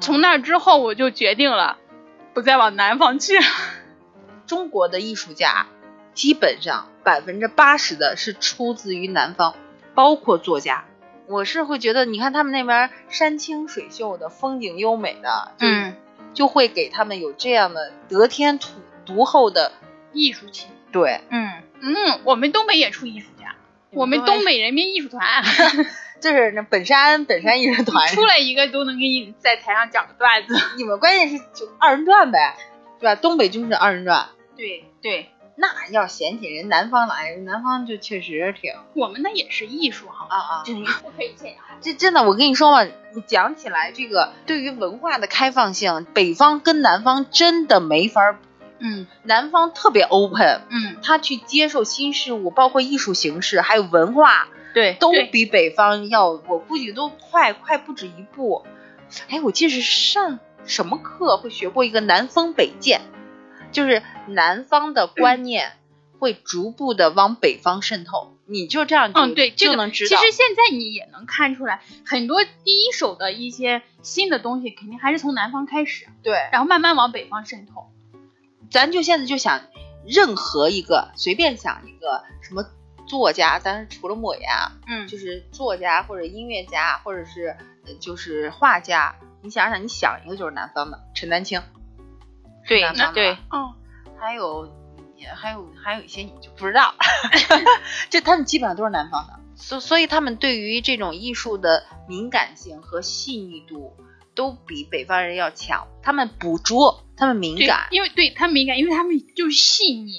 [SPEAKER 2] 从那之后，我就决定了，不再往南方去了。
[SPEAKER 5] 中国的艺术家，基本上百分之八十的是出自于南方，包括作家。我是会觉得，你看他们那边山清水秀的，风景优美的，就
[SPEAKER 6] 嗯，
[SPEAKER 5] 就会给他们有这样的得天独独厚的
[SPEAKER 2] 艺术情，
[SPEAKER 5] 对，
[SPEAKER 6] 嗯，
[SPEAKER 2] 嗯，我们东北也出艺术家，我们东北人民艺术团
[SPEAKER 5] 就是那本山本山艺术团，
[SPEAKER 2] 出来一个都能给你在台上讲个段子。
[SPEAKER 5] 你们关键是就二人转呗，对吧？东北就是二人转，
[SPEAKER 2] 对对，
[SPEAKER 5] 那要嫌弃人南方来，人南方就确实挺
[SPEAKER 2] 我们那也是艺术哈，
[SPEAKER 5] 啊啊，
[SPEAKER 2] 就是不可以这样。
[SPEAKER 5] 这真的，我跟你说嘛，你讲起来这个对于文化的开放性，北方跟南方真的没法比。
[SPEAKER 6] 嗯，
[SPEAKER 5] 南方特别 open，
[SPEAKER 6] 嗯，
[SPEAKER 5] 他去接受新事物，包括艺术形式，还有文化，
[SPEAKER 6] 对，
[SPEAKER 5] 都
[SPEAKER 2] 对
[SPEAKER 5] 比北方要，我估计都快快不止一步。哎，我记得是上什么课会学过一个南风北渐，就是南方的
[SPEAKER 2] 嗯
[SPEAKER 5] 观念会逐步的往北方渗透，你就这样就、
[SPEAKER 2] 嗯，对，这
[SPEAKER 5] 就
[SPEAKER 2] 个
[SPEAKER 5] 能知
[SPEAKER 2] 其
[SPEAKER 5] 道。
[SPEAKER 2] 实现在你也能看出来，很多第一手的一些新的东西，肯定还是从南方开始，
[SPEAKER 5] 对，
[SPEAKER 2] 然后慢慢往北方渗透。
[SPEAKER 5] 咱就现在就想，任何一个随便想一个什么作家，但是除了莫言啊，
[SPEAKER 6] 嗯
[SPEAKER 5] 就是作家或者音乐家，或者是呃就是画家，你想想，你想一个就是南方的陈丹青，
[SPEAKER 6] 对
[SPEAKER 5] 南方的
[SPEAKER 6] 对，
[SPEAKER 2] 哦，
[SPEAKER 5] 还有也还有还有一些你就不知道， 这他们基本上都是南方的，所所以他们对于这种艺术的敏感性和细腻度都比北方人要强，他们捕捉，他们敏
[SPEAKER 2] 对
[SPEAKER 5] 感，，
[SPEAKER 2] 因为对他敏感，因为他们就是细腻。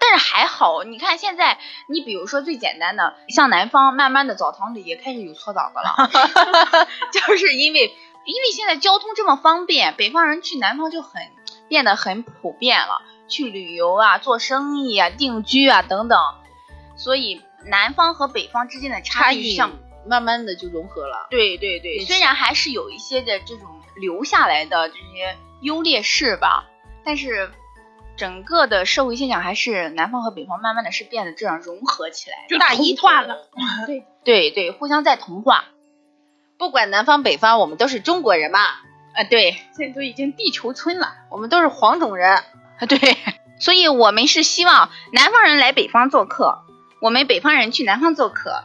[SPEAKER 6] 但是还好，你看现在，你比如说最简单的，像南方，慢慢的澡堂里也开始有搓澡的了，就是因为因为现在交通这么方便，北方人去南方就很变得很普遍了，去旅游啊、做生意啊、定居啊等等，所以南方和北方之间的
[SPEAKER 5] 差
[SPEAKER 6] 差
[SPEAKER 5] 异
[SPEAKER 6] 距上，
[SPEAKER 5] 慢慢的就融合了。
[SPEAKER 6] 对对对，虽然还是有一些的这种留下来的这些优劣势吧，但是整个的社会现象还是南方和北方慢慢的是变得这样融合起来，
[SPEAKER 2] 就
[SPEAKER 6] 大一
[SPEAKER 2] 同化
[SPEAKER 6] 统
[SPEAKER 2] 了，
[SPEAKER 6] 对对，互相在同化，
[SPEAKER 5] 不管南方北方，我们都是中国人嘛，
[SPEAKER 6] 啊对
[SPEAKER 2] 现在都已经地球村了。
[SPEAKER 5] 我们都是黄种人。
[SPEAKER 6] 啊对，所以我们是希望南方人来北方做客，我们北方人去南方做客，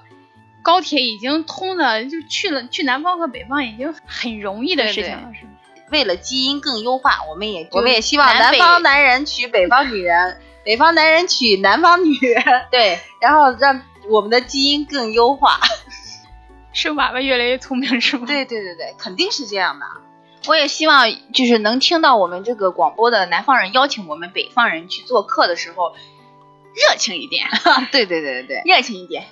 [SPEAKER 2] 高铁已经通了，就去了去南方和北方已经很容易的事情了，是吗？
[SPEAKER 5] 为了基因更优化，我们也
[SPEAKER 6] 就
[SPEAKER 5] 我们也希望
[SPEAKER 6] 南
[SPEAKER 5] 南
[SPEAKER 6] 北
[SPEAKER 5] 方男人娶北方女 人，北方男人娶南方女人，
[SPEAKER 6] 对，
[SPEAKER 5] 然后让我们的基因更优化。
[SPEAKER 2] 是娃娃越来越聪明，是吗？，
[SPEAKER 5] 对对对对，肯定是这样的。
[SPEAKER 6] 我也希望就是能听到我们这个广播的南方人邀请我们北方人去做客的时候，热情一点，
[SPEAKER 5] 对对对对对，
[SPEAKER 6] 热情一点。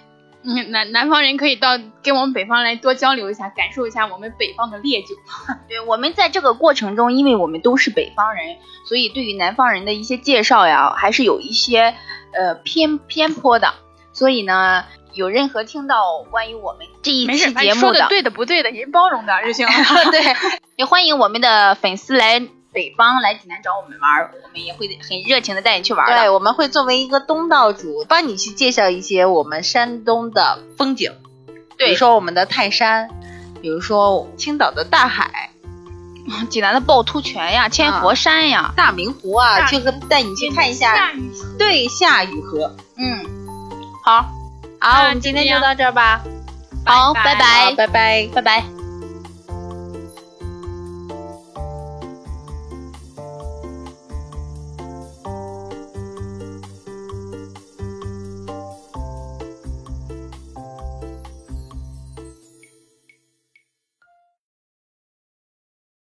[SPEAKER 2] 嗯，南南方人可以到跟我们北方来多交流一下，感受一下我们北方的烈酒。
[SPEAKER 6] 对，我们在这个过程中，因为我们都是北方人，所以对于南方人的一些介绍呀，还是有一些呃偏偏颇的。所以呢，有任何听到关于我们这一
[SPEAKER 2] 没事
[SPEAKER 6] 期，
[SPEAKER 2] 反正
[SPEAKER 6] 节
[SPEAKER 2] 说
[SPEAKER 6] 目
[SPEAKER 2] 的对的不对的，您包容点儿就行了。
[SPEAKER 6] 对，也欢迎我们的粉丝来北方来济南找我们玩儿，我们也会很热情的带你去玩儿
[SPEAKER 5] 对，
[SPEAKER 6] 的。
[SPEAKER 5] 我们会作为一个东道主，帮你去介绍一些我们山东的风景，比
[SPEAKER 6] 对
[SPEAKER 5] 如说我们的泰山，比如说青岛的大海，
[SPEAKER 6] 济南的趵突泉呀、千佛山呀，
[SPEAKER 5] 大明湖啊，
[SPEAKER 2] 大
[SPEAKER 5] 就
[SPEAKER 2] 明
[SPEAKER 5] 是带你去看一下。
[SPEAKER 2] 下雨
[SPEAKER 5] 对，下雨河。
[SPEAKER 6] 嗯，好，好，
[SPEAKER 2] 那
[SPEAKER 6] 我们今天
[SPEAKER 2] 就这
[SPEAKER 6] 就
[SPEAKER 2] 样
[SPEAKER 6] 到这儿吧。好，
[SPEAKER 2] 拜拜
[SPEAKER 6] 拜
[SPEAKER 5] 好，拜拜。
[SPEAKER 6] 拜拜。